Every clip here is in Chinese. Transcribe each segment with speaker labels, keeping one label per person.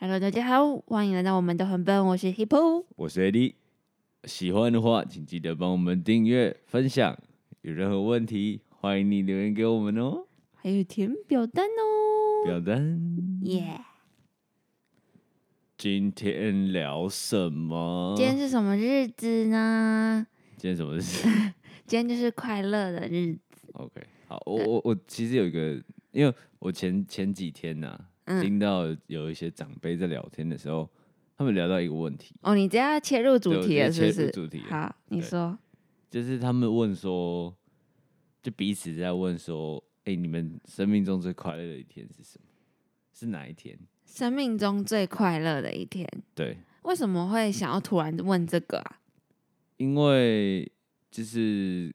Speaker 1: Hello，大家好，欢迎来到我们的很笨，我是 Hippo。
Speaker 2: 我是 AD。喜欢的话，请记得帮我们订阅、分享。有任何问题，欢迎你留言给我们哦。
Speaker 1: 还有填表单哦，
Speaker 2: 表单，
Speaker 1: 耶！
Speaker 2: 今天聊什么？
Speaker 1: 今天是什么日子呢？
Speaker 2: 今天什么 事
Speaker 1: 今天就是快乐的日子。
Speaker 2: ？OK，好，我我我其实有一个，因为我前前几天呐、
Speaker 1: 嗯，
Speaker 2: 听到有一些长辈在聊天的时候，他们聊到一个问题，
Speaker 1: 哦，你这要切入主
Speaker 2: 对我
Speaker 1: 题
Speaker 2: 直
Speaker 1: 了，是不
Speaker 2: 接切入
Speaker 1: 是？
Speaker 2: 主题了
Speaker 1: 好，你
Speaker 2: 对
Speaker 1: 说。
Speaker 2: 就是他们问说，就彼此在问说，哎、你们生命中最快乐的一天是什么？是哪一天？
Speaker 1: 生命中最快乐的一天，
Speaker 2: 对，
Speaker 1: 为什么会想要突然问这个啊？
Speaker 2: 因为就是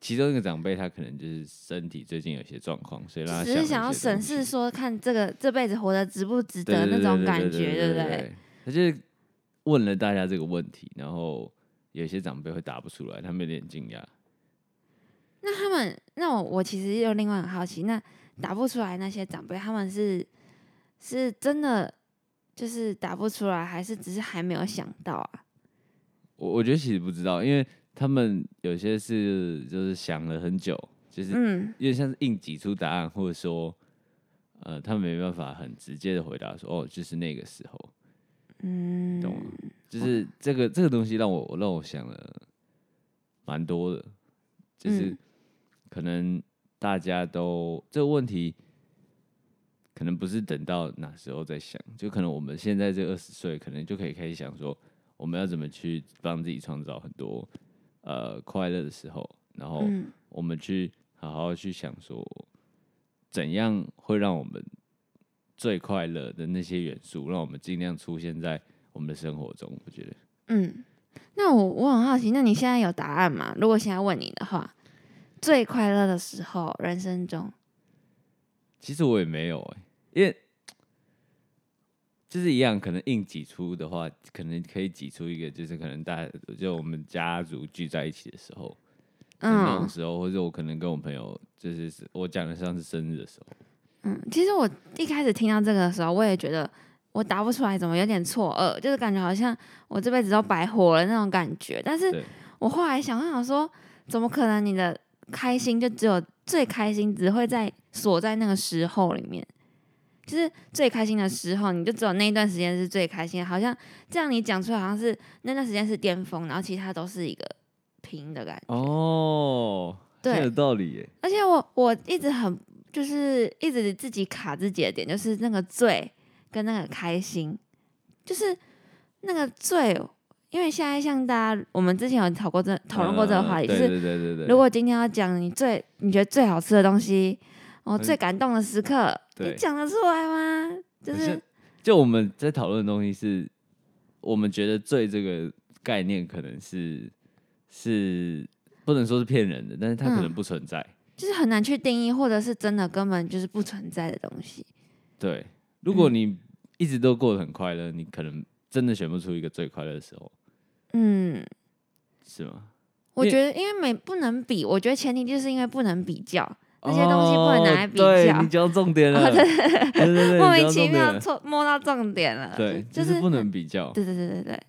Speaker 2: 其中一个长辈他可能就是身体最近有些状况，所以让他
Speaker 1: 只是想要审视
Speaker 2: 说
Speaker 1: 说，看这个这辈子活得值不值得那种感觉，对不对？？
Speaker 2: 他就是问了大家这个问题，然后有些长辈会答不出来，他们有点惊讶。
Speaker 1: 那他们，那我我其实又另外很好奇，那答不出来那些长辈，他们是是真的就是答不出来，还是只是还没有想到啊？
Speaker 2: 我我觉得其实不知道，因为他们有些是就是想了很久，就是
Speaker 1: 嗯，
Speaker 2: 有点像是硬挤出答案，或者说，呃，他们没办法很直接的回答说，哦，就是那个时候，
Speaker 1: 嗯
Speaker 2: 懂吗就是这个这个东西让我让我想了蛮多的，就是
Speaker 1: 嗯
Speaker 2: 可能大家都这个问题，可能不是等到哪时候再想，就可能我们现在这二十岁，可能就可以开始想说，我们要怎么去帮自己创造很多呃快乐的时候，然后
Speaker 1: 嗯
Speaker 2: 我们去好好去想说，怎样会让我们最快乐的那些元素，让我们尽量出现在我们的生活中。我觉得
Speaker 1: 嗯。那我我很好奇，那你现在有答案吗？如果现在问你的话，最快乐的时候，人生中，
Speaker 2: 其实我也没有哎、因为就是一样，可能硬挤出的话，可能可以挤出一个，就是可能大就我们家族聚在一起的时候，那种
Speaker 1: 嗯
Speaker 2: 时候，或者我可能跟我朋友，就是我讲的像是生日的时候，
Speaker 1: 嗯，其实我一开始听到这个的时候，我也觉得我答不出来，怎么有点错愕，就是感觉好像我这辈子都白活了那种感觉。但是
Speaker 2: 对
Speaker 1: 我后来想，我想说，怎么可能你的开心就只有最开心，只会在锁在那个时候里面？就是最开心的时候，你就只有那一段时间是最开心的，好像这样你讲出来，好像是那段时间是巅峰，然后其他都是一个平的感觉。
Speaker 2: 哦，
Speaker 1: 对
Speaker 2: 很有道理耶、
Speaker 1: 而且我我一直很就是一直自己卡自己的点，就是那个醉跟那个开心，就是那个醉，因为现在像大家我们之前有讨过这讨论过这个话题，
Speaker 2: 嗯
Speaker 1: 就
Speaker 2: 对
Speaker 1: 是
Speaker 2: 对对对对，
Speaker 1: 如果今天要讲你最你觉得最好吃的东西，哦，
Speaker 2: 嗯
Speaker 1: 最感动的时刻，
Speaker 2: 对
Speaker 1: 你讲得出来吗？就
Speaker 2: 可
Speaker 1: 是
Speaker 2: 就我们在讨论的东西是，我们觉得醉这个概念可能是是不能说是骗人的，但是它可能
Speaker 1: 嗯
Speaker 2: 不存在。
Speaker 1: 就是很难去定义，或者是真的根本就是不存在的东西。
Speaker 2: 对，如果
Speaker 1: 嗯
Speaker 2: 你一直都过得很快乐，你可能真的选不出一个最快乐的时候，
Speaker 1: 嗯，
Speaker 2: 是吗？
Speaker 1: 我
Speaker 2: 因为
Speaker 1: 觉得因为没不能比，我觉得前提就是因为不能比较。那些东西不能拿来比较哦
Speaker 2: 哦对你讲到重点了，对对 对对，
Speaker 1: 莫
Speaker 2: 你
Speaker 1: 名
Speaker 2: 讲到
Speaker 1: 其
Speaker 2: 重点
Speaker 1: 妙
Speaker 2: 了
Speaker 1: 错摸到重点 了，
Speaker 2: 对，
Speaker 1: 就
Speaker 2: 就是不能比较，
Speaker 1: 对对对对对，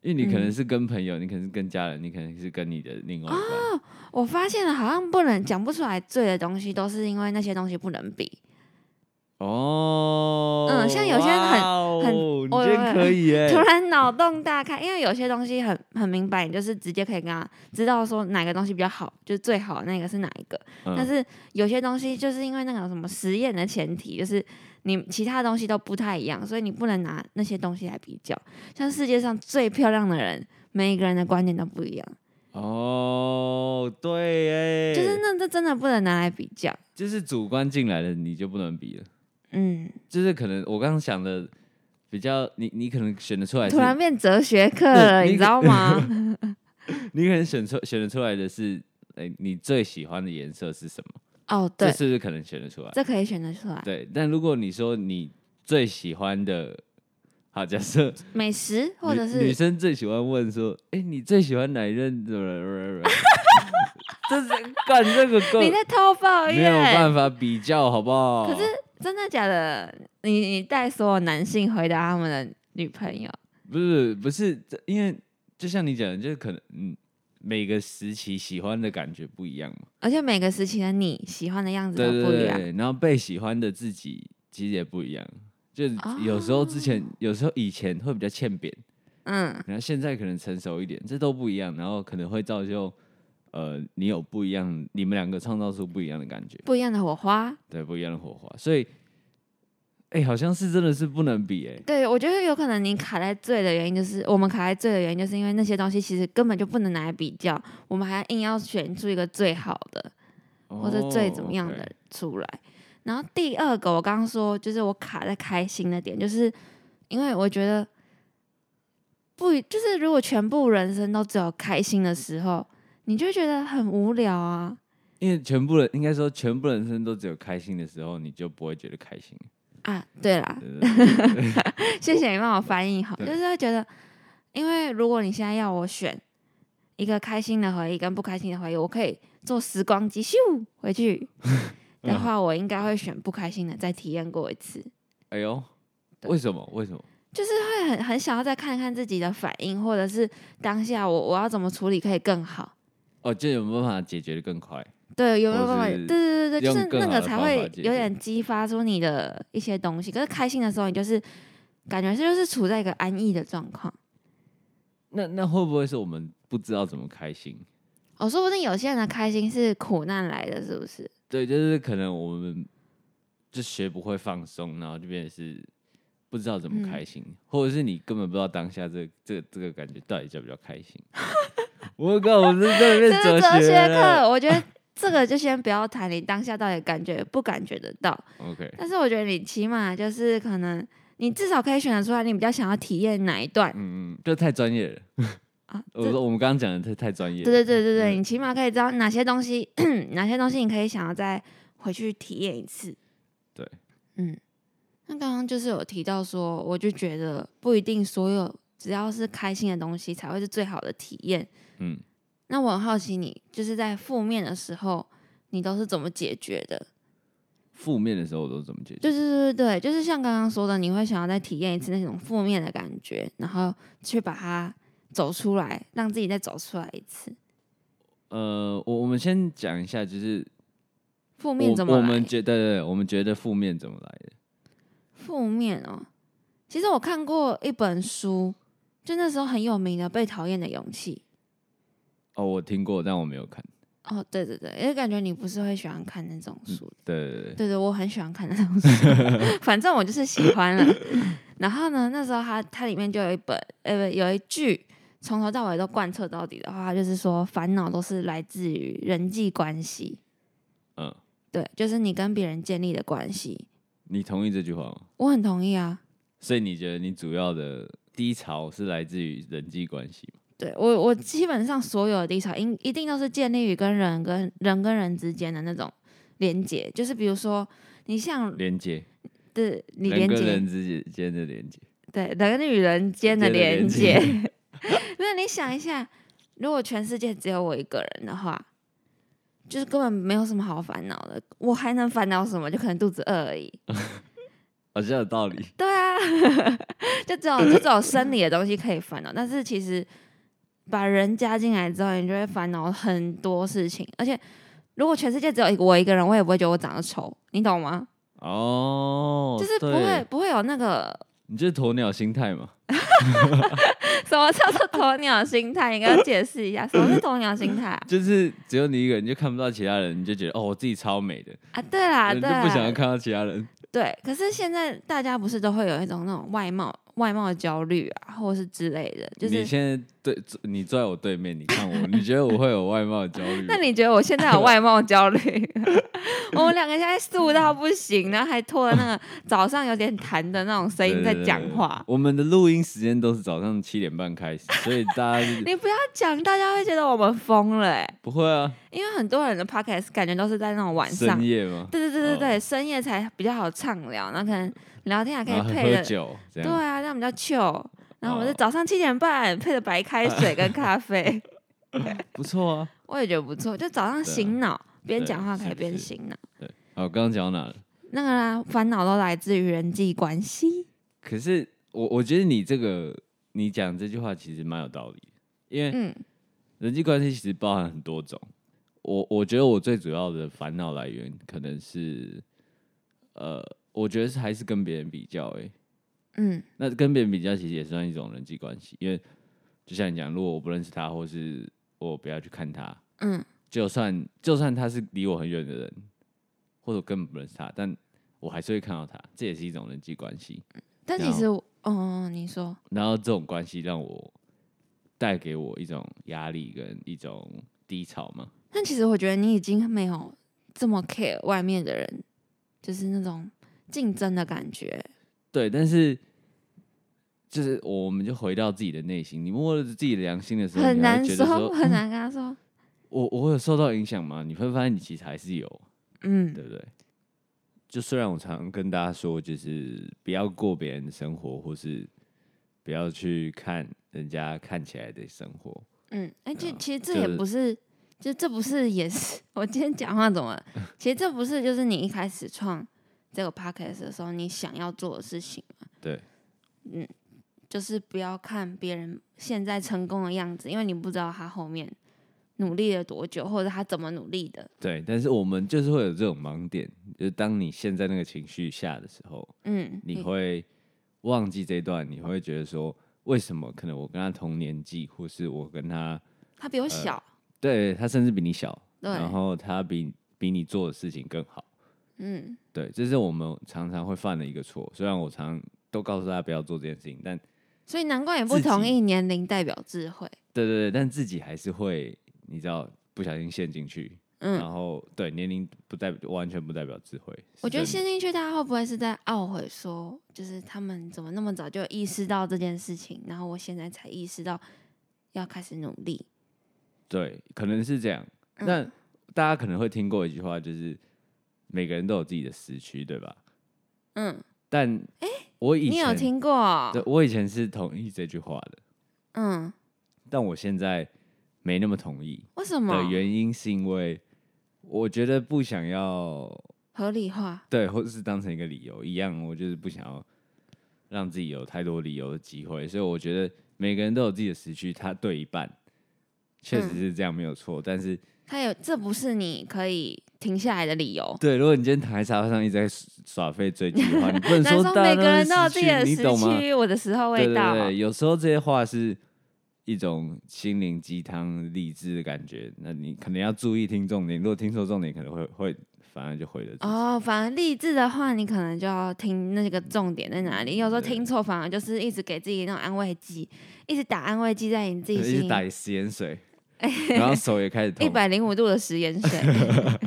Speaker 2: 因为你可能
Speaker 1: 嗯
Speaker 2: 是跟朋友，你可能是跟家人，你可能是跟你的另外一
Speaker 1: 啊
Speaker 2: 半。
Speaker 1: 我发现了，好像不能讲不出来醉的东西，都是因为那些东西不能比。
Speaker 2: 哦，
Speaker 1: 嗯像有些人很
Speaker 2: 哇
Speaker 1: 很
Speaker 2: 哦
Speaker 1: 我
Speaker 2: 你真
Speaker 1: 有
Speaker 2: 可以耶、
Speaker 1: 突然脑洞大开，因为有些东西很很明白，你就是直接可以跟他知道说哪个东西比较好，就是最好的那个是哪一个。
Speaker 2: 嗯
Speaker 1: 但是有些东西就是因为那个什么实验的前提，就是你其他东西都不太一样，所以你不能拿那些东西来比较。像世界上最漂亮的人，每一个人的观点都不一样，
Speaker 2: 哦，对耶，
Speaker 1: 就是那这真的不能拿来比较。
Speaker 2: 就是主观进来的你就不能比了，
Speaker 1: 嗯，
Speaker 2: 就是可能我刚刚想的比较，你你可能选得出来是
Speaker 1: 突，然变哲学课了，
Speaker 2: 对
Speaker 1: 你
Speaker 2: 你
Speaker 1: 知道吗？
Speaker 2: 你可能选出选得出来的是，哎、你最喜欢的颜色是什么？
Speaker 1: 哦，
Speaker 2: 这
Speaker 1: 对，
Speaker 2: 是不是可能选得出来？
Speaker 1: 这可以选得出来。
Speaker 2: 对，但如果你说你最喜欢的好，假设
Speaker 1: 美食或
Speaker 2: 女
Speaker 1: 者
Speaker 2: 女
Speaker 1: 是
Speaker 2: 生最喜欢问说：“哎、你最喜欢哪一任？”怎么 了？这是干这个够
Speaker 1: 你在偷抱
Speaker 2: 没有
Speaker 1: 怨，
Speaker 2: 办法比较，好不好？
Speaker 1: 可是真的假的？你你带所有男性回答他们的女朋友，
Speaker 2: 不是不是，这因为就像你讲的，就是可能嗯，每个时期喜欢的感觉不一样嘛，
Speaker 1: 而且每个时期的你喜欢的样子
Speaker 2: 对
Speaker 1: 都
Speaker 2: 对
Speaker 1: 不一样。
Speaker 2: 对，然后被喜欢的自己其实也不一样，就是有时候之前，有时候以前会比较欠扁，
Speaker 1: 嗯，
Speaker 2: 然后现在可能成熟一点，这都不一样，然后可能会造就呃，你有不一样，你们两个创造出不一样的感觉，
Speaker 1: 不一样的火花。
Speaker 2: 对，不一样的火花，所以。哎、好像是真的是不能比哎、
Speaker 1: 对，我觉得有可能你卡在醉的原因就是，我们卡在醉的原因就是因为那些东西其实根本就不能拿来比较，我们还硬要选出一个最好的或者最怎么样
Speaker 2: 哦
Speaker 1: 的
Speaker 2: ，OK
Speaker 1: 出来。然后第二个，我刚刚说就是我卡在开心的点，就是因为我觉得不一就是如果全部人生都只有开心的时候，你就会觉得很无聊啊。
Speaker 2: 因为全部人应该说全部人生都只有开心的时候，你就不会觉得开心。
Speaker 1: 啊，对啦，
Speaker 2: 对对对
Speaker 1: 谢谢你帮我翻译好，
Speaker 2: 对
Speaker 1: 就是会觉得，因为如果你现在要我选一个开心的回忆跟不开心的回忆，我可以坐时光机咻回 去
Speaker 2: 嗯
Speaker 1: 的话，我应该会选不开心的，再体验过一次，
Speaker 2: 哎呦，
Speaker 1: 对
Speaker 2: 为什么？为什么？
Speaker 1: 就是会很很想要再看看自己的反应，或者是当下我我要怎么处理可以更好。
Speaker 2: 哦，就有没有办法解决的更快？
Speaker 1: 对，有没有
Speaker 2: 或
Speaker 1: 办法？对
Speaker 2: 是
Speaker 1: 对对对，就
Speaker 2: 用
Speaker 1: 是
Speaker 2: 更
Speaker 1: 那
Speaker 2: 好
Speaker 1: 个
Speaker 2: 的
Speaker 1: 才
Speaker 2: 方
Speaker 1: 会
Speaker 2: 法解
Speaker 1: 有
Speaker 2: 决
Speaker 1: 点激发出你的一些东西。可是开心的时候，你就是感觉这就是处在一个安逸的状况。
Speaker 2: 那那会不会是我们不知道怎么开心？
Speaker 1: 哦，说不定有些人的开心是苦难来的，是不是？
Speaker 2: 对，就是可能我们就学不会放松，然后就变成是不知道怎
Speaker 1: 嗯
Speaker 2: 么开心，或者是你根本不知道当下这这这个感觉到底叫不叫开心。 我靠，我这在
Speaker 1: 这
Speaker 2: 变
Speaker 1: 是哲
Speaker 2: 学
Speaker 1: 学
Speaker 2: 了。
Speaker 1: 课，我觉得这个就先不要谈，你当下到底感觉不感觉得到？
Speaker 2: OK，
Speaker 1: 但是我觉得你起码就是可能，你至少可以选得出来，你比较想要体验哪一段
Speaker 2: 嗯嗯，就太专业了。
Speaker 1: 啊？
Speaker 2: 我
Speaker 1: 这
Speaker 2: 说我们刚刚讲的太太专业了。
Speaker 1: 对对对对对，
Speaker 2: 嗯
Speaker 1: 你起码可以知道哪些东西，哪些东西你可以想要再回去体验一次。
Speaker 2: 对，
Speaker 1: 嗯，那刚刚就是有提到说，我就觉得不一定所有只要是开心的东西才会是最好的体验。
Speaker 2: 嗯。
Speaker 1: 那我很好奇你，就是在负面的时候，你都是怎么解决的？
Speaker 2: 负面的时候我都怎么解决？
Speaker 1: 对对对对对，就是像刚刚说的，你会想要再体验一次那种负面的感觉，然后去把它走出来，让自己再走出来一次。
Speaker 2: 呃，我我们先讲一下，就是
Speaker 1: 负面怎
Speaker 2: 我
Speaker 1: 么
Speaker 2: 我
Speaker 1: 来？
Speaker 2: 们觉得，对对我们觉得负面怎么来的？
Speaker 1: 负面哦，其实我看过一本书，就那时候很有名的《被讨厌的勇气
Speaker 2: 哦，我听过，但我没有看。》。
Speaker 1: 哦，对对对，因为感觉你不是会喜欢看那种书的。
Speaker 2: 对对对，
Speaker 1: 对对，我很喜欢看那种 书，反正我就是喜欢了。然后呢，那时候它它里面就有一本，呃，不，有一句从头到尾都贯彻到底的话，就是说烦恼都是来自于人际关系，
Speaker 2: 嗯，
Speaker 1: 对，就是你跟别人建立的关系。
Speaker 2: 你同意这句话吗？
Speaker 1: 我很同意啊，
Speaker 2: 所以你觉得你主要的低潮是来自于人际关系吗？
Speaker 1: 对我，我基本上所有的低潮，应一定都是建立于跟人跟人跟人之间的那种连接，就是比如说你像
Speaker 2: 连接，
Speaker 1: 对你
Speaker 2: 人
Speaker 1: 连
Speaker 2: 跟
Speaker 1: 接，
Speaker 2: 人之间的连接。
Speaker 1: 对人跟与人间的
Speaker 2: 之间的
Speaker 1: 连
Speaker 2: 连
Speaker 1: 接。 没有，你想一下，如果全世界只有我一个人的话，就是根本没有什么好烦恼的，我还能烦恼什么？就可能肚子饿而已。
Speaker 2: 好像哦有道理。
Speaker 1: 对啊， 就只有就只有生理的东西可以烦恼，但是其实把人加进来之后，你就会烦恼很多事情。而且，如果全世界只有一个我一个人，我也不会觉得我长得丑，你懂吗？
Speaker 2: 哦，
Speaker 1: 就是不
Speaker 2: 对
Speaker 1: 会，不会有那个
Speaker 2: 你就是鸵鸟心态嘛？
Speaker 1: 什么叫做鸵鸟心态，你给我解释一下，什么是鸵鸟心态啊？
Speaker 2: 就是只有你一个人，你就看不到其他人，你就觉得哦，我自己超美的，
Speaker 1: 啊对啦，
Speaker 2: 你
Speaker 1: 对
Speaker 2: 就不想要
Speaker 1: 啦，
Speaker 2: 看到其他人。
Speaker 1: 对。可是现在大家不是都会有一种那种外貌外貌焦虑啊，或者是之类的，就
Speaker 2: 你
Speaker 1: 是。
Speaker 2: 现在对，你坐在我对面，你看我，你觉得我会有外貌焦虑吗？
Speaker 1: 那你觉得我现在有外貌焦虑？ 我们两个现在素到不行，然后还拖着那个早上有点痰的那种声
Speaker 2: 对
Speaker 1: 音在讲。
Speaker 2: 对对对
Speaker 1: 话。
Speaker 2: 我们的录音时间都是早上七点半开始，所以大家就是
Speaker 1: 你不要讲，大家会觉得我们疯了哎、
Speaker 2: 不会啊，
Speaker 1: 因为很多人的 podcast 感觉都是在那种晚上
Speaker 2: 深，夜嘛，
Speaker 1: 对对对对对，
Speaker 2: 哦
Speaker 1: 深夜才比较好畅聊，然后可能聊天还可以
Speaker 2: 然后
Speaker 1: 配
Speaker 2: 喝
Speaker 1: 的，
Speaker 2: 酒这
Speaker 1: 对
Speaker 2: 样。
Speaker 1: 啊，这样比较 chill。然后我是
Speaker 2: 哦
Speaker 1: 早上七点半配的白开水跟咖 啡，
Speaker 2: 不错啊。
Speaker 1: 我也觉得不错，就早上
Speaker 2: 对啊
Speaker 1: 醒脑，边讲话
Speaker 2: 是
Speaker 1: 可以边
Speaker 2: 是
Speaker 1: 醒脑。
Speaker 2: 好，刚刚讲到哪了？
Speaker 1: 那个啦，烦恼都来自于人际关系。
Speaker 2: 可是我我觉得你这个你讲这句话其实蛮有道理，因为
Speaker 1: 嗯
Speaker 2: 人际关系其实包含很多种。我我觉得我最主要的烦恼来源可能是，呃，我觉得是还是跟别人比较、欸，
Speaker 1: 嗯
Speaker 2: 那跟别人比较其实也算一种人际关系，因为就像你讲，如果我不认识他，或是我不要去看他，
Speaker 1: 嗯，
Speaker 2: 就算就算他是离我很远的人，或者我根本不认识他，但我还是会看到他，这也是一种人际关系。
Speaker 1: 但其
Speaker 2: 然后
Speaker 1: 实我，哦，你说，
Speaker 2: 然后这种关系让我带给我一种压力跟一种低潮嘛。
Speaker 1: 但其实我觉得你已经没有这么 care 外面的人，就是那种竞争的感觉。
Speaker 2: 对，但是就是我们就回到自己的内心，你摸着自己的良心的时候，
Speaker 1: 很
Speaker 2: 你还
Speaker 1: 难
Speaker 2: 会 觉得
Speaker 1: 说，嗯
Speaker 2: 说，
Speaker 1: 很难跟他说，
Speaker 2: 我我有受到影响吗？你会发现你其实还是有，
Speaker 1: 嗯
Speaker 2: 对不对？就虽然我常跟大家说，就是不要过别人的生活，或是不要去看人家看起来的生活，
Speaker 1: 嗯，哎、这
Speaker 2: 啊
Speaker 1: 其实这
Speaker 2: 就
Speaker 1: 也
Speaker 2: 是
Speaker 1: 不是，就这不是也是 我今天讲话怎 么了？其实这不是就是你一开始创这个 podcast 的时候你想要做的事情嘛？
Speaker 2: 对，
Speaker 1: 嗯，就是不要看别人现在成功的样子，因为你不知道他后面努力了多久，或者他怎么努力的。
Speaker 2: 对，但是我们就是会有这种盲点，就是当你陷在那个情绪下的时候，
Speaker 1: 嗯，
Speaker 2: 你会忘记这段，你会觉得说，为什么可能我跟他同年纪，或是我跟他，
Speaker 1: 他
Speaker 2: 呃
Speaker 1: 比我小，
Speaker 2: 对他甚至比你小，
Speaker 1: 对
Speaker 2: 然后他比比你做的事情更好，
Speaker 1: 嗯
Speaker 2: 对，这是我们常常会犯的一个错。虽然我常都告诉大家不要做这件事情，但
Speaker 1: 所以难怪也不
Speaker 2: 自己
Speaker 1: 同意年龄代表智慧。
Speaker 2: 对对对，但自己还是会，你知道，不小心陷进去，
Speaker 1: 嗯，
Speaker 2: 然后对年龄不代表完全不代表智慧，是
Speaker 1: 我觉得
Speaker 2: 真的
Speaker 1: 陷进去，大家会不会是在懊悔说，就是他们怎么那么早就意识到这件事情，然后我现在才意识到要开始努力。
Speaker 2: 对，可能是这样。
Speaker 1: 嗯
Speaker 2: 那大家可能会听过一句话，就是每个人都有自己的时区，对吧？
Speaker 1: 嗯，
Speaker 2: 但我以前、
Speaker 1: 你有听过哦？
Speaker 2: 对，我以前是同意这句话的，
Speaker 1: 嗯，
Speaker 2: 但我现在没那么同意
Speaker 1: 为什么
Speaker 2: 的？原因是因为我觉得不想要
Speaker 1: 合理化。
Speaker 2: 对，或者是当成一个理由一样，我就是不想要让自己有太多理由的机会，所以我觉得每个人都有自己的时区，他对一半，确实
Speaker 1: 嗯
Speaker 2: 是这样没有错，但是。
Speaker 1: 他有，这不是你可以停下来的理由。
Speaker 2: 对，如果你今天躺在沙发上一直在耍废追剧的话，你不 能
Speaker 1: 难
Speaker 2: 说
Speaker 1: 说
Speaker 2: 大家
Speaker 1: 每个人都有
Speaker 2: 是
Speaker 1: 自己的
Speaker 2: 时
Speaker 1: 时
Speaker 2: 区你懂吗？
Speaker 1: 区，我的时候未
Speaker 2: 对对
Speaker 1: 到。
Speaker 2: 对，有时候这些话是一种心灵鸡汤、励志的感觉，那你可能要注意听重点。如果听错重点，可能会会反而就毁了自己。
Speaker 1: 哦，反而励志的话，你可能就要听那个重点在哪里。有时候
Speaker 2: 对
Speaker 1: 听错，反而就是一直给自己那种安慰剂，一直打安慰剂在你自己
Speaker 2: 对一
Speaker 1: 心
Speaker 2: 直打
Speaker 1: 里。
Speaker 2: 食 盐水，然后手也开始
Speaker 1: 一
Speaker 2: 痛。
Speaker 1: 百零五度的食盐水，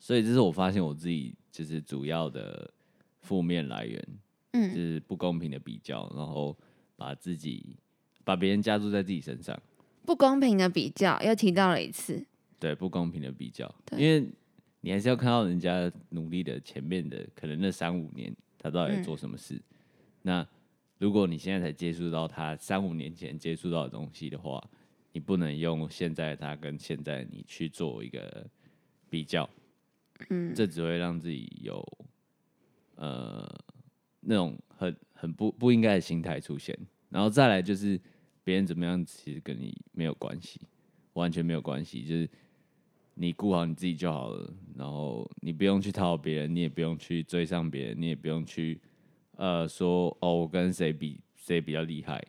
Speaker 2: 所以这是我发现我自己就是主要的负面来源，就
Speaker 1: 嗯，
Speaker 2: 是不公平的比较，然后把自己把别人加注在自己身上。
Speaker 1: 不公平的比较又提到了一次，
Speaker 2: 对不公平的比较，
Speaker 1: 对
Speaker 2: 因为你还是要看到人家努力的前面的可能那三五年他到底在
Speaker 1: 嗯
Speaker 2: 做什么事。那如果你现在才接触到他三五年前接触到的东西的话，你不能用现在的他跟现在的你去做一个比较，
Speaker 1: 嗯
Speaker 2: 这只会让自己有呃那种很很不不应该的心态出现。然后再来就是别人怎么样，其实跟你没有关系，完全没有关系，就是你顾好你自己就好了。然后你不用去讨好别人，你也不用去追上别人，你也不用去呃说哦，我跟谁比谁比较厉害。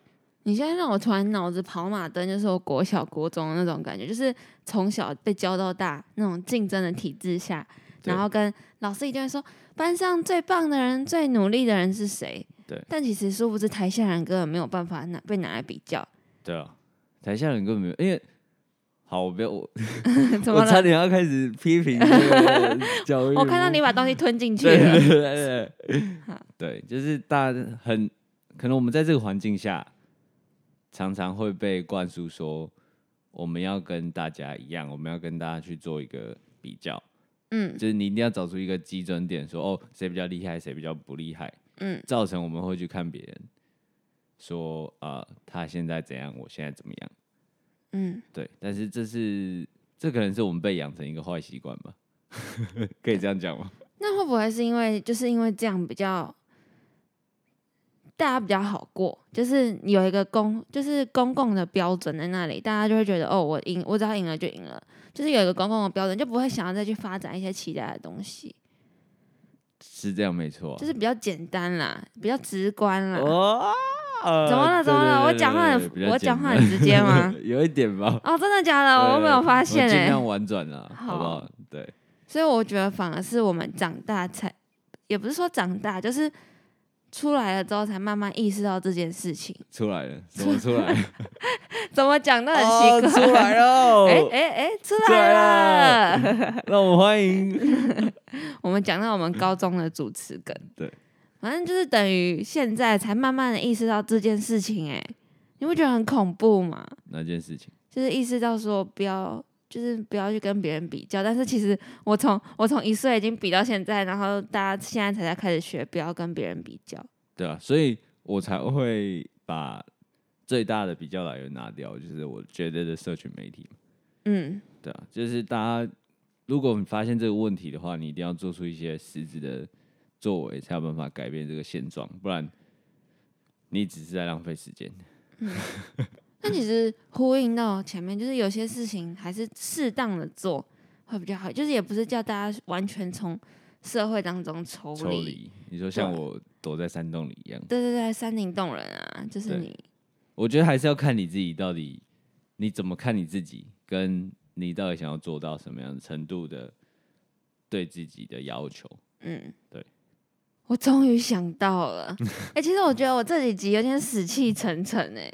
Speaker 1: 你现在让我突然脑子跑马灯，就是我国小、国中的那种感觉，就是从小被教到大那种竞争的体制下，
Speaker 2: 对
Speaker 1: 然后跟老师一定会说班上最棒的人、最努力的人是谁。
Speaker 2: 对
Speaker 1: 但其实殊不知台下人根本没有办法拿被拿来比较，
Speaker 2: 对啊，台下人根本没有，因为好，我不要我
Speaker 1: 怎么
Speaker 2: 我差
Speaker 1: 了？
Speaker 2: 点要开始批评这个教育 部，
Speaker 1: 我看到你把东西吞进去
Speaker 2: 对
Speaker 1: 了。
Speaker 2: 对对对对，就是大家很可能我们在这个环境下，常常会被灌输说我们要跟大家一样，我们要跟大家去做一个比较，
Speaker 1: 嗯
Speaker 2: 就是你一定要找出一个基准点，说哦谁比较厉害，谁比较不厉害。
Speaker 1: 嗯，
Speaker 2: 造成我们会去看别人，说啊、呃他现在怎样，我现在怎么样，
Speaker 1: 嗯，
Speaker 2: 对。但是这是这可能是我们被养成一个坏习惯吧， 可以这样讲吗？
Speaker 1: 那会不会是因为就是因为这样比较大家比较好过，就是有一个公就是公共的标准在那里，大家就会觉得哦，我赢，我只要赢了就赢了，就是有一个公共的标准，就不会想要再去发展一些其他的东西，
Speaker 2: 是这样没错啊、
Speaker 1: 就是比较简单啦，比较直观啦。
Speaker 2: 哦，
Speaker 1: 怎么了？怎么了？我
Speaker 2: 对对对对
Speaker 1: 讲话
Speaker 2: 对对比较
Speaker 1: 很我讲话
Speaker 2: 简
Speaker 1: 很直接
Speaker 2: 单？
Speaker 1: 吗
Speaker 2: 有一点吧。
Speaker 1: 哦，真的假的？我没有发现
Speaker 2: 我尽
Speaker 1: 哎、
Speaker 2: 量婉转啦，好不
Speaker 1: 好
Speaker 2: 好？对，
Speaker 1: 所以我觉得反而是我们长大才，也不是说长大，就是出来了之后才慢慢意识到这件事情。
Speaker 2: 出来了，怎么出来了？
Speaker 1: 怎么讲都很奇怪。
Speaker 2: 哦啊出来了，
Speaker 1: 哎哎哎，出
Speaker 2: 出
Speaker 1: 来
Speaker 2: 来
Speaker 1: 了！
Speaker 2: 让我们欢迎。
Speaker 1: 我们讲到我们高中的主持梗，
Speaker 2: 对，
Speaker 1: 反正就是等于现在才慢慢的意识到这件事情、哎，你不觉得很恐怖吗？
Speaker 2: 那件事情，
Speaker 1: 就是意识到说不要，就是不要去跟别人比较。但是其实我从我从一岁已经比到现在，然后大家现在才在开始学不要跟别人比较。
Speaker 2: 对啊，所以我才会把最大的比较来源拿掉，就是我觉得的社群媒体嘛。
Speaker 1: 嗯
Speaker 2: 对啊，就是大家，如果你发现这个问题的话，你一定要做出一些实质的作为，才有办法改变这个现状，不然你只是在浪费时间。
Speaker 1: 那其实呼应到前面，就是有些事情还是适当的做会比较好，就是也不是叫大家完全从社会当中抽离。
Speaker 2: 抽离，你说像
Speaker 1: 对
Speaker 2: 我躲在山洞里一样。
Speaker 1: 对对对，山顶洞人啊，就是
Speaker 2: 对
Speaker 1: 你
Speaker 2: 我觉得还是要看你自己到底你怎么看你自己，跟你到底想要做到什么样的程度的对自己的要求。
Speaker 1: 嗯，
Speaker 2: 对。
Speaker 1: 我终于想到了， 哎、其实我觉得我这几集有点死气沉沉哎、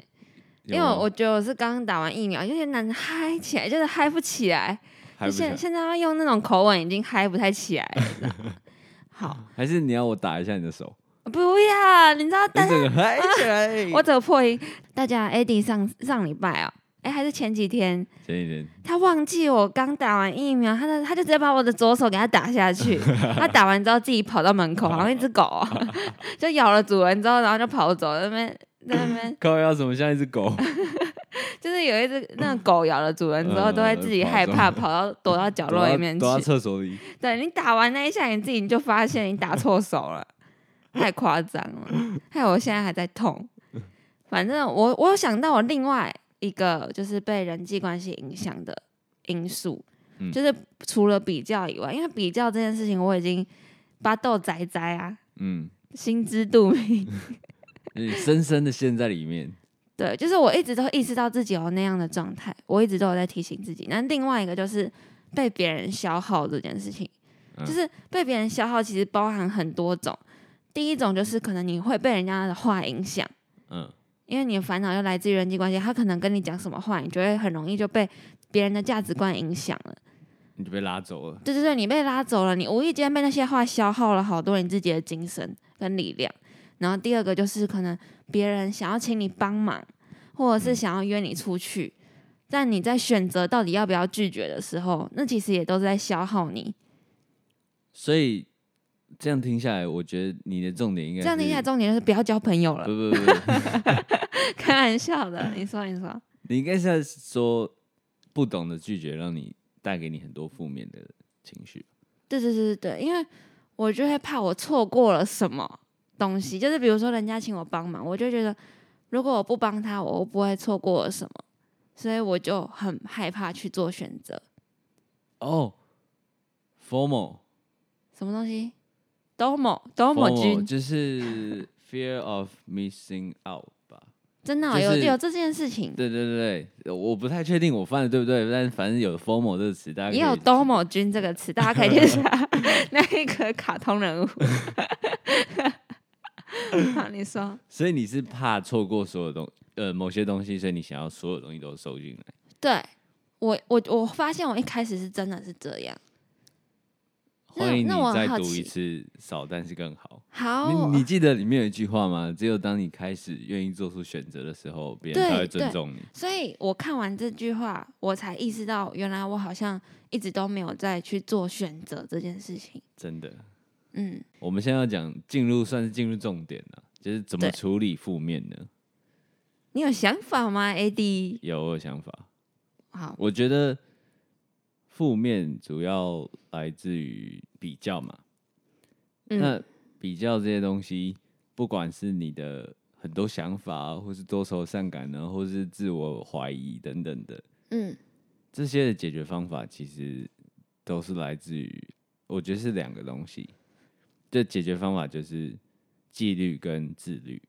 Speaker 1: 因为
Speaker 2: 有吗
Speaker 1: 我觉得我是刚打完疫苗，有点难嗨起来，就是嗨不起来。
Speaker 2: 还
Speaker 1: 就
Speaker 2: 不想
Speaker 1: 现现在要用那种口吻，已经嗨不太起来了，你知道吗 好，
Speaker 2: 还是你要我打一下你的手，
Speaker 1: 不要，你知道
Speaker 2: 你
Speaker 1: 大家
Speaker 2: 整个嗨哎起来。
Speaker 1: 啊我只有破音。大家，Eddie 上上礼拜哦，哎、还是前几天，
Speaker 2: 前几天
Speaker 1: 他忘记我刚打完疫苗，他的他就直接把我的左手给他打下 去。他打完之后自己跑到门口，好像一只狗、哦，就咬了主人之后，然后就跑走，在那边在那 边
Speaker 2: 靠腰怎么像一只狗？
Speaker 1: 就是有一只那个狗咬了主人之后，
Speaker 2: 嗯
Speaker 1: 都会自己害怕，跑到躲到角落里面去
Speaker 2: 躲。到躲到厕所里。
Speaker 1: 对你打完那一下，你自己就发现你打错手了，太夸张了，害我现在还在痛。反正我我有想到我另外一个就是被人际关系影响的因素，
Speaker 2: 嗯
Speaker 1: 就是除了比较以外，因为比较这件事情我已经把豆仔仔啊
Speaker 2: 嗯，
Speaker 1: 心知肚明，
Speaker 2: 你深深的陷在里面。
Speaker 1: 对，就是我一直都意识到自己有那样的状态，我一直都有在提醒自己。那另外一个就是被别人消耗这件事情，
Speaker 2: 嗯
Speaker 1: 就是被别人消耗，其实包含很多种。第一种就是可能你会被人家的话影响，
Speaker 2: 嗯，
Speaker 1: 因为你的烦恼又来自于人际关系，他可能跟你讲什么话，你就会很容易就被别人的价值观影响了。
Speaker 2: 你就被拉走了。
Speaker 1: 对对对，你被拉走了，你无意间被那些话消耗了好多你自己的精神跟力量。然后第二个就是可能别人想要请你帮忙，或者是想要约你出去，但你在选择到底要不要拒绝的时候，那其实也都是在消耗你。
Speaker 2: 所以这样听下来，我觉得你的重点应该
Speaker 1: 这样听起来，
Speaker 2: 是
Speaker 1: 重点就是不要交朋友了，
Speaker 2: 不不不不，
Speaker 1: 开玩笑的。你说，你说，
Speaker 2: 你应该是在说不懂得拒绝，让你带给你很多负面的情绪。
Speaker 1: 对对对对对，因为我就会怕我错过了什么东西，就是比如说人家请我帮忙，我就觉得如果我不帮他，我不会错过了什么，所以我就很害怕去做选择。
Speaker 2: 哦，formal
Speaker 1: 什么东西？domo domo
Speaker 2: formal
Speaker 1: 君，
Speaker 2: 就是 fear of missing out 吧？
Speaker 1: 真的哦、
Speaker 2: 就是
Speaker 1: 有有这件事情，
Speaker 2: 对对对对，我不太确定我犯的对不对，但反正有 formal 这个词，大家可以
Speaker 1: 也有 domo 君这个词，大家可以去查 那一个卡通人物。好，你说。
Speaker 2: 所以你是怕错过所有东呃某些东西，所以你想要所有东西都收进来。
Speaker 1: 对我，我我发现我一开始是真的是这样。那
Speaker 2: 欢迎你
Speaker 1: 那我很
Speaker 2: 再
Speaker 1: 好
Speaker 2: 读
Speaker 1: 奇哦
Speaker 2: 一次少，但是更好。
Speaker 1: 好，
Speaker 2: 你你记得里面有一句话吗？只有当你开始愿意做出选择的时候，别人才
Speaker 1: 对
Speaker 2: 会尊
Speaker 1: 对
Speaker 2: 重你。
Speaker 1: 所以我看完这句话，我才意识到，原来我好像一直都没有再去做选择这件事情。
Speaker 2: 真的，
Speaker 1: 嗯，
Speaker 2: 我们现在要讲进入算是进入重点了，就是怎么
Speaker 1: 对
Speaker 2: 处理负面呢？
Speaker 1: 你有想法吗，AD？
Speaker 2: 有我有想法，
Speaker 1: 好，
Speaker 2: 我觉得负面主要来自于比较嘛。
Speaker 1: 嗯
Speaker 2: 那比较这些东西，不管是你的很多想法啊，或是多愁善感呢，或是自我怀疑等等的，
Speaker 1: 嗯，
Speaker 2: 这些的解决方法其实都是来自于，我觉得是两个东西。这解决方法就是纪律跟自律。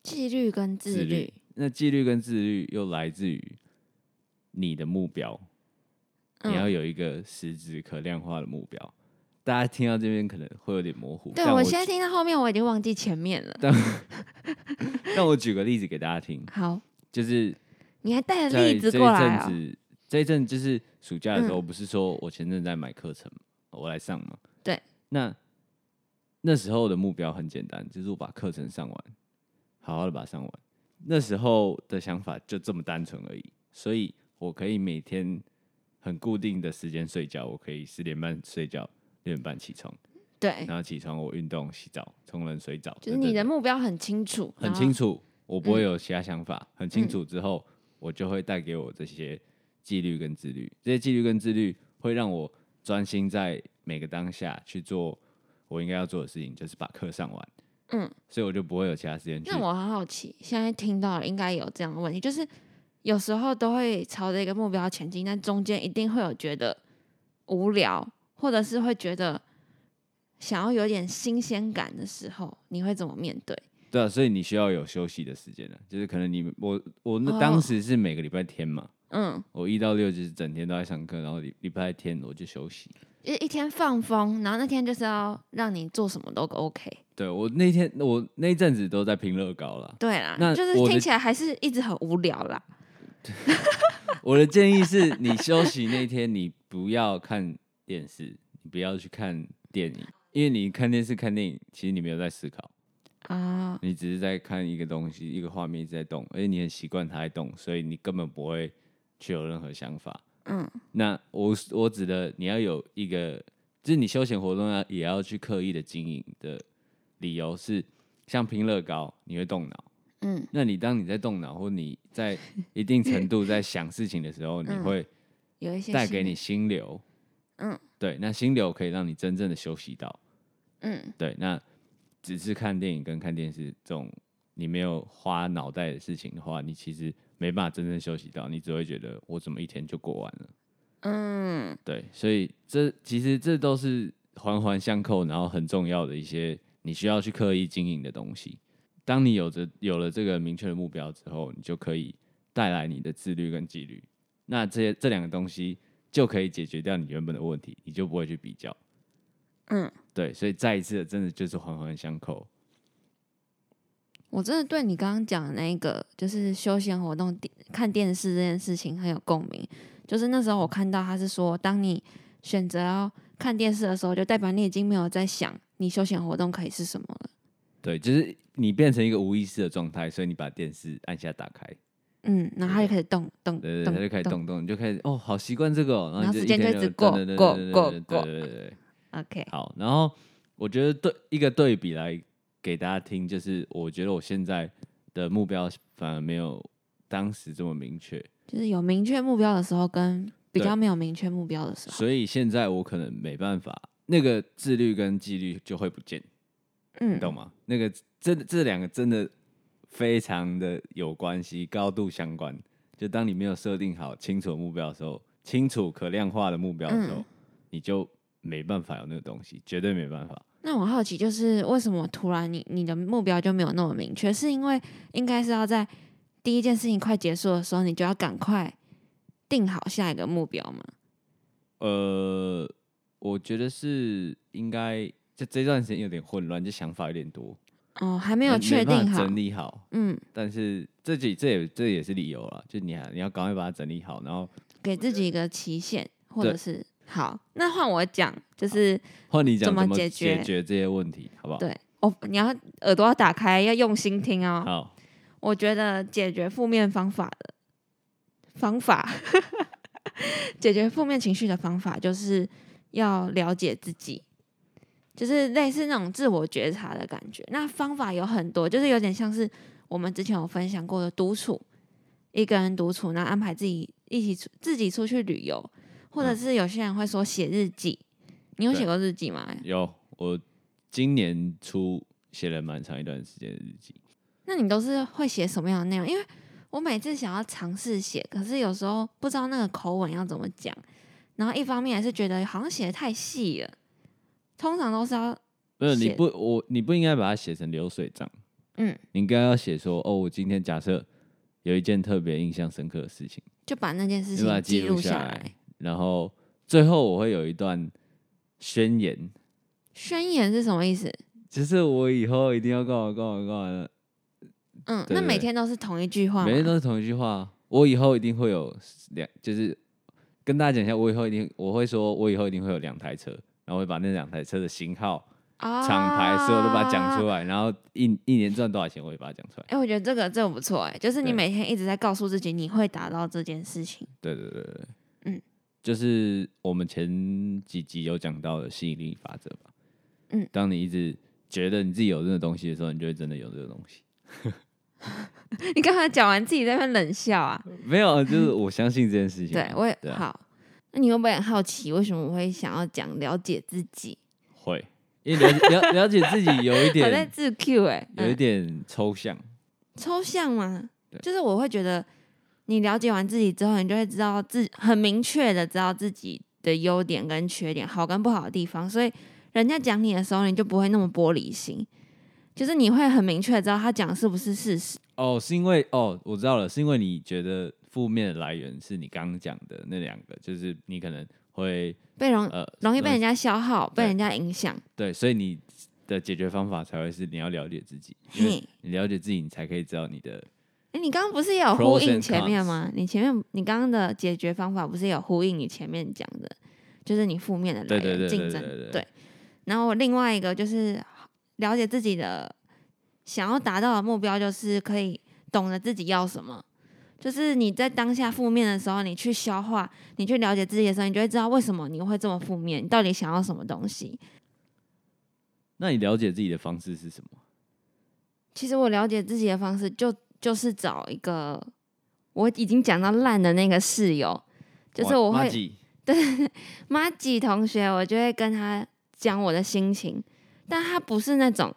Speaker 1: 纪律跟自律，
Speaker 2: 那纪律跟自律又来自于你的目标，你要
Speaker 1: 嗯，
Speaker 2: 有一个实质可量化的目标。大家听到这边可能会有点模糊，
Speaker 1: 对
Speaker 2: 但
Speaker 1: 我现在听到后面我已经忘记前面了。
Speaker 2: 让我举个例子给大家听，
Speaker 1: 好，
Speaker 2: 就是
Speaker 1: 你还带着
Speaker 2: 在
Speaker 1: 例
Speaker 2: 这
Speaker 1: 子
Speaker 2: 一
Speaker 1: 过来
Speaker 2: 阵
Speaker 1: 啊、
Speaker 2: 子，这一阵就是暑假的时候，
Speaker 1: 嗯
Speaker 2: 不是说我前阵在买课程，我来上嘛。
Speaker 1: 对，
Speaker 2: 那那时候的目标很简单，就是我把课程上完，好好的把它上完。那时候的想法就这么单纯而已，所以我可以每天很固定的时间睡觉，我可以十点半睡觉，六点半起床，
Speaker 1: 对，
Speaker 2: 然后起床我运动、洗澡、冲冷水澡，
Speaker 1: 哎就是你
Speaker 2: 等等
Speaker 1: 的啊嗯目标很清楚，
Speaker 2: 很清
Speaker 1: 楚，
Speaker 2: 楚，我不会有其他想法，很
Speaker 1: 嗯
Speaker 2: 清楚之后，我就会带给我这些纪律跟自律。这些纪律跟自律会让我专心在每个当下去做我应该要做的事情，就是把课上完。
Speaker 1: 嗯，
Speaker 2: 所以我就不会有其他时间去。
Speaker 1: 那我很好奇，现在听到了应该有这样的问题，就是有时候都会朝着一个目标前进，但中间一定会有觉得无聊，或者是会觉得想要有点新鲜感的时候，你会怎么面对？
Speaker 2: 对啊，所以你需要有休息的时间了，啊就是可能你我我
Speaker 1: 哦
Speaker 2: 那当时是每个礼拜天嘛，
Speaker 1: 嗯，
Speaker 2: 我一到六就是整天都在上课，然后礼礼拜天我就休息。
Speaker 1: 就是一天放风，然后那天就是要让你做什么都 OK。
Speaker 2: 对我那天我那一阵子都在拼乐高啦，
Speaker 1: 对啦，
Speaker 2: 那
Speaker 1: 就是
Speaker 2: 我的
Speaker 1: 听起来还是一直很无聊啦。
Speaker 2: 我的建议是你休息那天，你不要看电视，你不要去看电影，因为你看电视看电影，其实你没有在思考，
Speaker 1: 啊，
Speaker 2: 你只是在看一个东西，一个画面一直在动，而且你很习惯它在动，所以你根本不会去有任何想法。
Speaker 1: 嗯，
Speaker 2: 那我我指的你要有一个，就是你休闲活动要也要去刻意的经营的理由是，像拼乐高你会动脑，
Speaker 1: 嗯，
Speaker 2: 那你当你在动脑或你 在一定程度在想事情的时候，你
Speaker 1: 嗯
Speaker 2: 会。
Speaker 1: 有一些
Speaker 2: 带
Speaker 1: 新
Speaker 2: 给
Speaker 1: 的
Speaker 2: 你，心流。
Speaker 1: 嗯，
Speaker 2: 对，那心流可以让你真正的休息到。
Speaker 1: 嗯
Speaker 2: 对，那只是看电影跟看电视这种你没有花脑袋的事情的话，你其实没办法真正休息到，你只会觉得我怎么一天就过完了。
Speaker 1: 嗯，
Speaker 2: 对，所以这其实这都是环环相扣，然后很重要的一些你需要去刻意经营的东西。当你有着有了这个明确的目标之后，你就可以带来你的自律跟纪律。那这些这两个东西就可以解决掉你原本的问题，你就不会去比较。
Speaker 1: 嗯，
Speaker 2: 对，所以再一次的，真的就是环环相扣。
Speaker 1: 我真的对你刚刚讲的那个就是休闲活动电看电视这件事情很有共鸣。就是那时候我看到他是说，当你选择要看电视的时候，就代表你已经没有在想你休闲活动可以是什么了。
Speaker 2: 对，就是你变成一个无意识的状态，所以你把电视按下打开，
Speaker 1: 嗯，然后他就开始动动
Speaker 2: 对对，
Speaker 1: 动，
Speaker 2: 对它就开始。动动，你就开始哦，好习惯这个、哦，
Speaker 1: 然后
Speaker 2: 你就
Speaker 1: 时
Speaker 2: 一
Speaker 1: 间就
Speaker 2: 天
Speaker 1: 一
Speaker 2: 就
Speaker 1: 直过
Speaker 2: 对对对
Speaker 1: 过
Speaker 2: 对
Speaker 1: 过
Speaker 2: 对
Speaker 1: 过
Speaker 2: 对对对对。
Speaker 1: OK，
Speaker 2: 好，然后我觉得对一个对比来给大家听，就是我觉得我现在的目标反而没有当时这么明确，
Speaker 1: 就是有明确目标的时候，跟比
Speaker 2: 对
Speaker 1: 较没有明确目标的时候，
Speaker 2: 所以现在我可能没办法，那个自律跟纪律就会不见，
Speaker 1: 嗯
Speaker 2: 你，懂吗？那个这这两个真的非常的有关系，高度相关。就当你没有设定好清楚的目标的时候，清楚可量化的目标的时候，
Speaker 1: 嗯
Speaker 2: 你就没办法有那个东西，绝对没办法。
Speaker 1: 那我好奇，就是为什么突然你你的目标就没有那么明确？是因为应该是要在第一件事情快结束的时候，你就要赶快定好下一个目标嘛？
Speaker 2: 呃，我觉得是应该这这段时间有点混乱，就想法有点多，
Speaker 1: 哦，还没
Speaker 2: 没
Speaker 1: 有确
Speaker 2: 办
Speaker 1: 定
Speaker 2: 法
Speaker 1: 好。
Speaker 2: 整理好。
Speaker 1: 嗯，
Speaker 2: 但是这几这也这也是理由啦，就你还你要赶快把它整理好，然后
Speaker 1: 给自己一个期限，或
Speaker 2: 对
Speaker 1: 者是好。那换我讲，就是
Speaker 2: 换你
Speaker 1: 怎
Speaker 2: 讲
Speaker 1: 么
Speaker 2: 解
Speaker 1: 解决
Speaker 2: 决这些问题，好不好？
Speaker 1: 对哦，你要耳朵要打开，要用心听哦。
Speaker 2: 好，
Speaker 1: 我觉得解决负面方法的方法， 解决负面情绪的方法，就是要了解自己。就是类似那种自我觉察的感觉。那方法有很多，就是有点像是我们之前有分享过的独处，一个人独处，然后安排自己一起出自己出去旅游，或者
Speaker 2: 嗯
Speaker 1: 是有些人会说写日记。你有
Speaker 2: 对
Speaker 1: 写过日记吗？
Speaker 2: 有，我今年初写了蛮长一段时间的日记，
Speaker 1: 那你都是会写什么样的内容？因为我每次想要尝试写，可是有时候不知道那个口吻要怎么讲，然后一方面也是觉得好像写的太细了，通常都是要
Speaker 2: 没有你
Speaker 1: 写
Speaker 2: 不我你不应该把它写成流水账，
Speaker 1: 嗯，
Speaker 2: 你应该要写说哦，我今天假设有一件特别印象深刻的事情。
Speaker 1: 就把那件事
Speaker 2: 你把它
Speaker 1: 情记
Speaker 2: 录
Speaker 1: 录下
Speaker 2: 来，然后最后我会有一段宣言，
Speaker 1: 宣言是什么意思？
Speaker 2: 就是我以后一定要干嘛干嘛干嘛的，
Speaker 1: 嗯，
Speaker 2: 对
Speaker 1: 那
Speaker 2: 对
Speaker 1: 每
Speaker 2: 对
Speaker 1: 天都是同一句话吗？
Speaker 2: 每天都是同一句话。我以后一定会有两，就是跟大家讲一下，我以后一定我会说，我以后一定会有两台车，然后会把那两台车的型号、
Speaker 1: 啊
Speaker 2: 厂牌，所有都把它讲出。来，然后一一年赚多少钱，我也把它讲出来。
Speaker 1: 哎、我觉得这个这个不错哎、就是你
Speaker 2: 对
Speaker 1: 每天一直在告诉自己你会达到这件事情。
Speaker 2: 对对对对对，
Speaker 1: 嗯，
Speaker 2: 就是我们前几集有讲到的吸引力法则吧。
Speaker 1: 嗯
Speaker 2: 当你一直觉得你自己有这个东西的时候，你就会真的有这个东西。
Speaker 1: 你刚才讲完自己在那边冷笑啊？
Speaker 2: 没 有，就是我相信这件事情。
Speaker 1: 对，我也
Speaker 2: 对啊
Speaker 1: 好。
Speaker 3: 那你会不会很好奇，为什么我会想要讲了解自己？
Speaker 2: 会，因为了解了了解自己有一
Speaker 1: 我在
Speaker 2: 点
Speaker 1: 自 Q 哎、
Speaker 2: 有一
Speaker 1: 嗯
Speaker 2: 点抽象，
Speaker 3: 抽象吗？
Speaker 1: 就是我会觉得，你了解完自己之后，你就会知道自很明确的知道自己的优点跟缺点，好跟不好的地方，所以人家讲你的时候，你就不会那么玻璃心，就是你会很明确的知道他讲的是不是事实。
Speaker 2: 哦，是因为哦，我知道了，是因为你觉得负面的来源是你刚刚讲的那两个，就是你可能会
Speaker 3: 被容、
Speaker 1: 嗯
Speaker 2: 呃
Speaker 3: 容易被人
Speaker 2: 家
Speaker 3: 家消耗，被
Speaker 2: 对
Speaker 3: 人家影响，
Speaker 2: 对，所以你的解决方法才会是你要了解自己，因为
Speaker 3: 嘿。
Speaker 2: 你了解自己，你才可以知道你的
Speaker 3: 哎、你刚刚不是也有
Speaker 2: Pros
Speaker 3: 呼应
Speaker 2: and
Speaker 3: 前面吗？你前面你刚刚的解决方法不是有呼应你前面讲的，就是你负面的
Speaker 2: 对
Speaker 3: 来
Speaker 2: 对
Speaker 3: 源
Speaker 2: 对
Speaker 3: 竞
Speaker 2: 对
Speaker 3: 争。
Speaker 2: 对
Speaker 3: 对然后我另外一个就是了解自己的想要达到的目标，就是可以懂得自己要什么。就是你在当下负面的时候，你去消化，你去了解自己的时候，你就会知道为什么你会这么负面，你到底想要什么东西。
Speaker 2: 那你了解自己的方式是什么？
Speaker 3: 其实我了解自己的方式就就是找一个我已经讲到烂的那个室友，就是我
Speaker 2: 哇
Speaker 3: 会
Speaker 2: 垃圾
Speaker 3: 马吉同学，我就会跟他讲我的心情，但他不是那种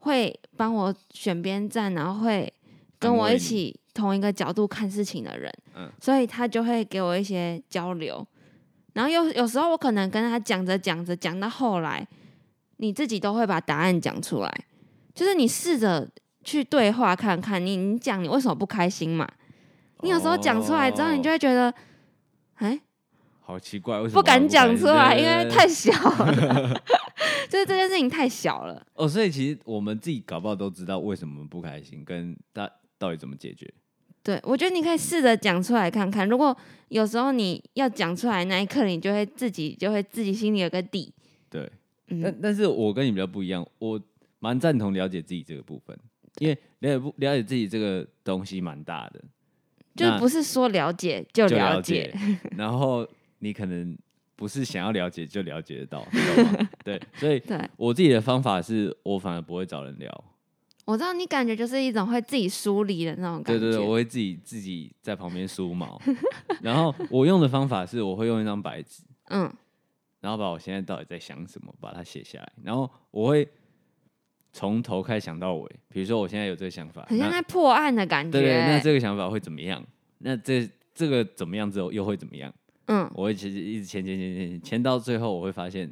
Speaker 3: 会帮我选边站，然后会跟我一起同一个角度看事情的人，
Speaker 2: 嗯
Speaker 3: 所以他就会给我一些交流。然后有有时候我可能跟他讲着讲着，讲到后来，你自己都会把答案讲出来，就是你试着去对话看看，你你讲你为什么不开心嘛？你有时候讲出来之后，你就
Speaker 2: 哦
Speaker 3: 会觉得，哎、
Speaker 2: 好奇怪，为什么
Speaker 3: 不敢讲出来，
Speaker 2: 对
Speaker 3: 因
Speaker 2: 对
Speaker 3: 为
Speaker 2: 对
Speaker 3: 太小了，就是这件事情太小了。
Speaker 2: 哦，所以其实我们自己搞不好都知道为什么不开心，跟他到底怎么解决。
Speaker 3: 对，我觉得你可以试着讲出来看看。如果有时候你要讲出来那一刻，你就会自己就会自己心里有个底。
Speaker 2: 对，但
Speaker 3: 嗯，
Speaker 2: 但是我跟你比较不一样，我蛮赞同了解自己这个部分，因为了解不了解自己这个东西蛮大的，
Speaker 3: 就
Speaker 2: 那
Speaker 3: 不是说了解就
Speaker 2: 就
Speaker 3: 了
Speaker 2: 解
Speaker 3: 解，，
Speaker 2: 然后你可能不是想要了解就了解得到，你懂 吗？对，所以
Speaker 3: 对，
Speaker 2: 我自己的方法是我反而不会找人聊，
Speaker 3: 我知道你感觉就是一种会自己梳理的那种感
Speaker 2: 对
Speaker 3: 觉。
Speaker 2: 对对，我会自己自己在旁边梳毛， 然后我用的方法是我会用一张白纸。
Speaker 3: 嗯，
Speaker 2: 然后把我现在到底在想什么把它写下来，然后我会从头开始想到尾。比如说我现在有这个想法，
Speaker 3: 很像
Speaker 2: 那
Speaker 3: 在破案的感觉。
Speaker 2: 对对，那这个想法会怎么样？那这这个怎么样之后又会怎么样？
Speaker 3: 嗯，
Speaker 2: 我会其实一直签签签签签，签到最后我会发现，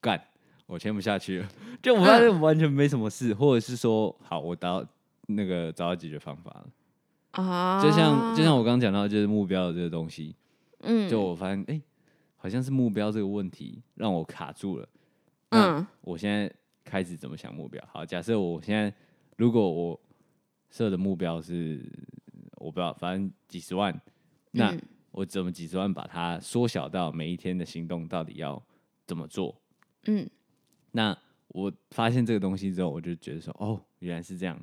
Speaker 2: 干我签不下去了， 就我发现完全没什么事，或者是说好我达到那个找到解决方法了。
Speaker 3: 啊，
Speaker 2: 就像就像我刚刚讲到就是目标的这个东西，
Speaker 3: 嗯
Speaker 2: 就我发现哎、诶好像是目标这个问题让我卡住了。那
Speaker 3: 嗯
Speaker 2: 我现在开始怎么想目标？好，假设我现在如果我设的目标是我不知道，反正几十万，那
Speaker 3: 嗯
Speaker 2: 我怎么几十万把它缩小到每一天的行动到底要怎么做？
Speaker 3: 嗯，
Speaker 2: 那我发现这个东西之后，我就觉得说，哦，原来是这样，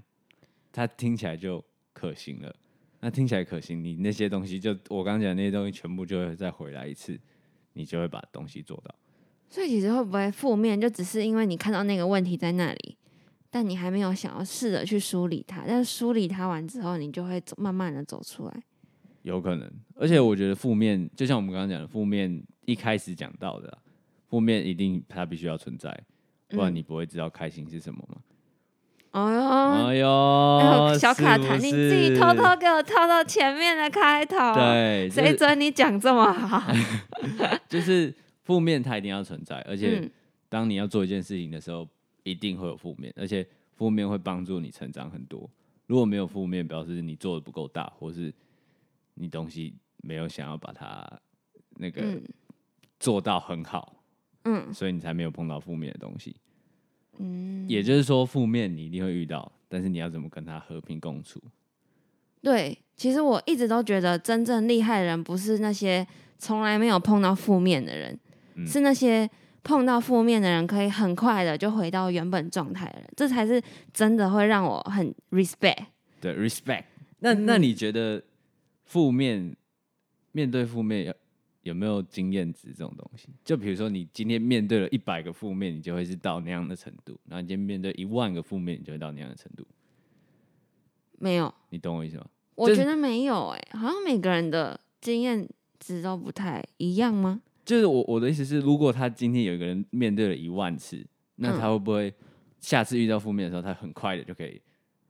Speaker 2: 它听起来就可行了。那听起来可行，你那些东西就我刚讲的那些东西全部就会再回来一次，你就会把东西做到。
Speaker 1: 所以其实会不会负面，就只是因为你看到那个问题在那里，但你还没有想要试着去梳理它，但是梳理它完之后，你就会走慢慢的走出来。
Speaker 2: 有可能。而且我觉得负面，就像我们刚刚讲的，负面一开始讲到的啊，负面一定它必须要存在，不然
Speaker 1: 嗯
Speaker 2: 你不会知道开心是什么嘛。
Speaker 1: 哦
Speaker 2: 哎
Speaker 1: 哟，
Speaker 2: 呦，
Speaker 1: 小卡
Speaker 2: 是
Speaker 1: 弹，
Speaker 2: 不
Speaker 1: 你自己
Speaker 2: 是
Speaker 1: 偷偷给我套到前面的开头，，
Speaker 2: 对，就
Speaker 1: 谁
Speaker 2: 是
Speaker 1: 准你讲这么好？
Speaker 2: 就是负面它一定要存在，而且
Speaker 1: 嗯
Speaker 2: 当你要做一件事情的时候，一定会有负面，而且负面会帮助你成长很多。如果没有负面，表示你做的不够大，或是你东西没有想要把它那个
Speaker 1: 嗯
Speaker 2: 做到很好，
Speaker 1: 嗯
Speaker 2: 所以你才没有碰到负面的东西。
Speaker 1: 嗯，
Speaker 2: 也就是说，负面你一定会遇到，但是你要怎么跟它和平共处？
Speaker 1: 对，其实我一直都觉得，真正厉害的人不是那些从来没有碰到负面的人，
Speaker 2: 嗯
Speaker 1: 是那些碰到负面的人可以很快的就回到原本状态的人，这才是真的会让我很 respect。
Speaker 2: 对，respect。那嗯那你觉得负面面对负面有有没有经验值这种东西？就比如说你今天面对了一百个负面，你就会是到那样的程度；然后你今天面对一万个负面，你就会到那样的程度。
Speaker 1: 没有，
Speaker 2: 你懂我意思吗？
Speaker 1: 我
Speaker 2: 这
Speaker 1: 觉得没有、欸，哎，好像每个人的经验值都不太一样吗？
Speaker 2: 就是我我的意思是，如果他今天有一个人面对了一万次，那
Speaker 1: 嗯
Speaker 2: 他会不会下次遇到负面的时候，他很快的就可以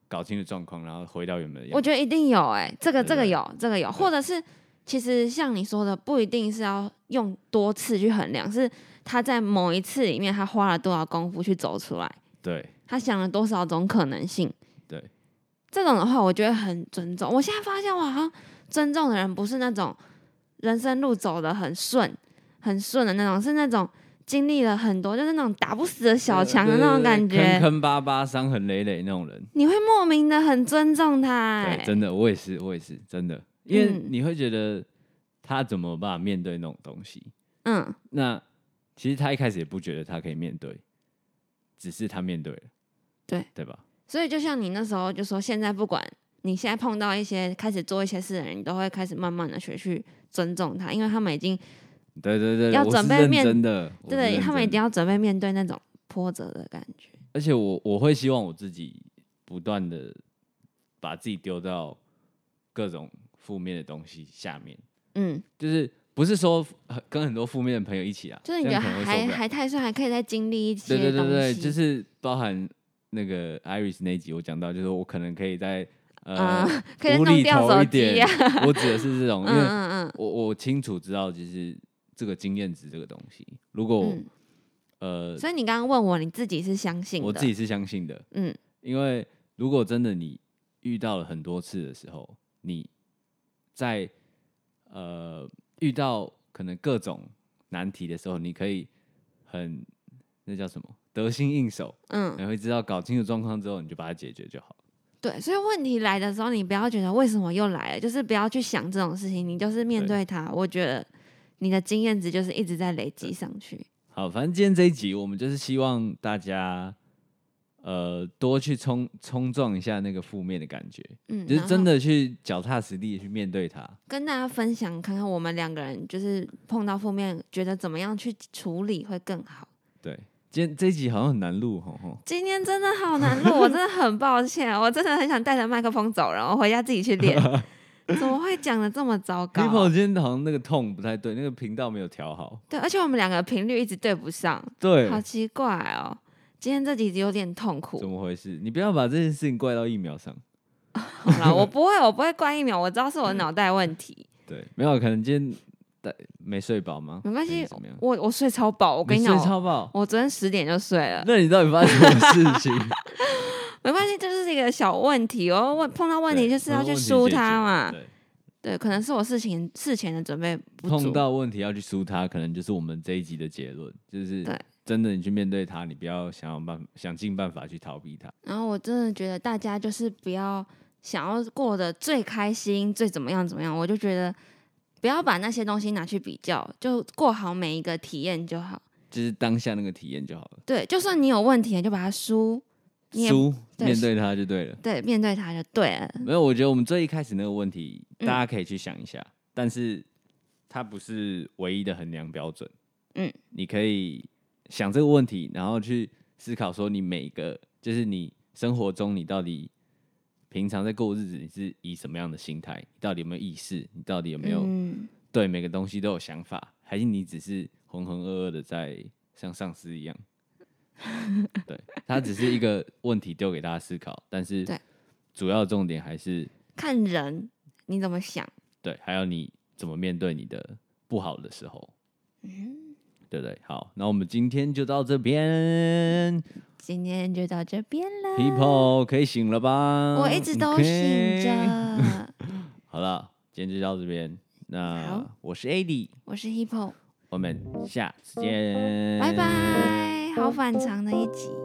Speaker 2: 搞清楚状况，然后回到原本的样
Speaker 1: 我
Speaker 2: 子？
Speaker 1: 觉得一定有哎、这个
Speaker 2: 对
Speaker 1: 这个
Speaker 2: 对
Speaker 1: 有，这个有，或者是其实像你说的，不一定是要用多次去衡量，是他在某一次里面他花了多少功夫去走出来，
Speaker 2: 对
Speaker 1: 他想了多少种可能性。
Speaker 2: 对，
Speaker 1: 这种的话，我觉得很尊重。我现在发现，我好像尊重的人不是那种人生路走的很顺、很顺的那种，是那种经历了很多，就是那种打不死的小强的那种感
Speaker 2: 对对对
Speaker 1: 觉
Speaker 2: 坑。坑巴巴、伤痕累累那种人。
Speaker 1: 你会莫名的很尊重他、
Speaker 2: 对，
Speaker 1: 欸，
Speaker 2: 真的，我也是，我也是，真的，因为
Speaker 1: 嗯
Speaker 2: 你会觉得他怎么办法面对那种东西？
Speaker 1: 嗯，
Speaker 2: 那其实他一开始也不觉得他可以面对，只是他面对了，
Speaker 1: 对
Speaker 2: 对吧？
Speaker 1: 所以就像你那时候就说，现在不管你现在碰到一些开始做一些事的人，你都会开始慢慢的学去尊重他，因为他们已经
Speaker 2: 对对对，
Speaker 1: 要
Speaker 2: 我
Speaker 1: 准
Speaker 2: 是
Speaker 1: 备
Speaker 2: 认
Speaker 1: 面
Speaker 2: 真的，我是
Speaker 1: 对
Speaker 2: 认
Speaker 1: 他们一定
Speaker 2: 真的，
Speaker 1: 要准备面对那种波折的感觉。
Speaker 2: 而且我我会希望我自己不断的把自己丢到各种负面的东西下面，
Speaker 1: 嗯，
Speaker 2: 就是不是说呃跟很多负面的朋友一起啊，
Speaker 1: 就是你
Speaker 2: 这
Speaker 1: 觉得
Speaker 2: 样可能会受
Speaker 1: 还
Speaker 2: 不了
Speaker 1: 还太顺，还可以再经历一些
Speaker 2: 对对
Speaker 1: 东
Speaker 2: 对
Speaker 1: 西，
Speaker 2: 对，就是包含那个 Iris 那一集，我讲到，就是我可能可以在呃、
Speaker 1: 嗯， 可以
Speaker 2: 无
Speaker 1: 弄
Speaker 2: 厘
Speaker 1: 掉
Speaker 2: 头
Speaker 1: 手
Speaker 2: 一
Speaker 1: 机
Speaker 2: 点
Speaker 1: 啊，，
Speaker 2: 我指的是这种，
Speaker 1: 嗯
Speaker 2: 因为
Speaker 1: 嗯嗯
Speaker 2: 我我清楚知道，就是这个经验值这个东西，如果我、
Speaker 1: 嗯。
Speaker 2: 呃
Speaker 1: 所以你刚刚问我，你自己是相信的，
Speaker 2: 我自己是相信的，
Speaker 1: 嗯
Speaker 2: 因为如果真的你遇到了很多次的时候，你在呃遇到可能各种难题的时候，你可以很那叫什么得心应手。
Speaker 1: 嗯，
Speaker 2: 你会知道搞清楚状况之后，你就把它解决就好。
Speaker 1: 对。所以问题来的时候，你不要觉得为什么又来了，就是不要去想这种事情，你就是面对它。我觉得你的经验值就是一直在累积上去。
Speaker 2: 好，反正今天这一集，我们就是希望大家，呃，多去冲冲撞一下那个负面的感觉，
Speaker 1: 嗯，
Speaker 2: 就是
Speaker 1: 然后
Speaker 2: 真的去脚踏实地地去面对它。
Speaker 1: 跟大家分享，看看我们两个人就是碰到负面，觉得怎么样去处理会更好。
Speaker 2: 对，今天这一集好像很难录，哦吼吼。
Speaker 1: 今天真的好难 录，我真的很抱歉，我真的很想带着麦克风走，然后回家自己去 练。怎么会讲的这么糟
Speaker 2: p
Speaker 1: 糕
Speaker 2: e o
Speaker 1: 啊、
Speaker 2: p l e 今天好像那个痛不太对，那个频道没有调好。
Speaker 1: 对，而且我们两个频率一直对不上，
Speaker 2: 对，
Speaker 1: 好奇怪哦。今天这集有点痛
Speaker 2: 怎
Speaker 1: 苦。
Speaker 2: 么回事？你不要把这件事情怪到疫苗上。
Speaker 1: 好了，我不会，我不会怪疫苗，我知道是我脑袋问题，
Speaker 2: 对，没有，可能今天大没睡饱吗？
Speaker 1: 没关
Speaker 2: 还
Speaker 1: 系
Speaker 2: 是怎么样。？
Speaker 1: 我我睡超饱，我
Speaker 2: 我
Speaker 1: 跟你讲，哦
Speaker 2: 睡超饱。
Speaker 1: 我昨天十点就睡了，
Speaker 2: 那你到底发生什么事情？
Speaker 1: 没关系，这就是一个小问题哦。问碰到问题
Speaker 2: 对
Speaker 1: 就是
Speaker 2: 碰
Speaker 1: 要
Speaker 2: 到
Speaker 1: 去
Speaker 2: 问题
Speaker 1: 梳
Speaker 2: 解决
Speaker 1: 它嘛。
Speaker 2: 对
Speaker 1: 对，可能是我事前事前的准备不足。
Speaker 2: 碰到问题要去梳它，可能就是我们这一集的结论，就是
Speaker 1: 对
Speaker 2: 真的你去面对它，你不要想想办想尽办法去逃避它。
Speaker 1: 然后我真的觉得大家就是不要想要过得最开心、最怎么样怎么样，我就觉得不要把那些东西拿去比较，就过好每一个体验就好。
Speaker 2: 就是当下那个体验就好了，
Speaker 1: 对，就算你有问题，就把它输，你也
Speaker 2: 梳
Speaker 1: 对
Speaker 2: 面对它就对了。
Speaker 1: 对，面对它就对了。
Speaker 2: 没有，我觉得我们最一开始那个问题，
Speaker 1: 嗯
Speaker 2: 大家可以去想一下，但是它不是唯一的衡量标准。
Speaker 1: 嗯，
Speaker 2: 你可以想这个问题，然后去思考说你每个就是你生活中你到底平常在过日子，你是以什么样的心态？你到底有没有意识？你到底有没有、
Speaker 1: 嗯，
Speaker 2: 对每个东西都有想法？还是你只是浑浑噩噩的在像丧尸一样？ 对，它只是一个问题丢给大家思考，但是
Speaker 1: 对
Speaker 2: 主要重点还是
Speaker 1: 看人你怎么想，
Speaker 2: 对，还有你怎么面对你的不好的时候，
Speaker 1: 嗯
Speaker 2: 对不对？好，那我们今天就到这边
Speaker 1: 今天就到这边了。
Speaker 2: ，People 可以醒了吧？
Speaker 1: 我一直都
Speaker 2: OK
Speaker 1: 醒。着。
Speaker 2: 好了，今天就到这边。那
Speaker 1: 好
Speaker 2: 我是 AD，
Speaker 1: 我 是 Hippo，
Speaker 2: 我们下次见，
Speaker 1: 拜。拜。好反常的一集。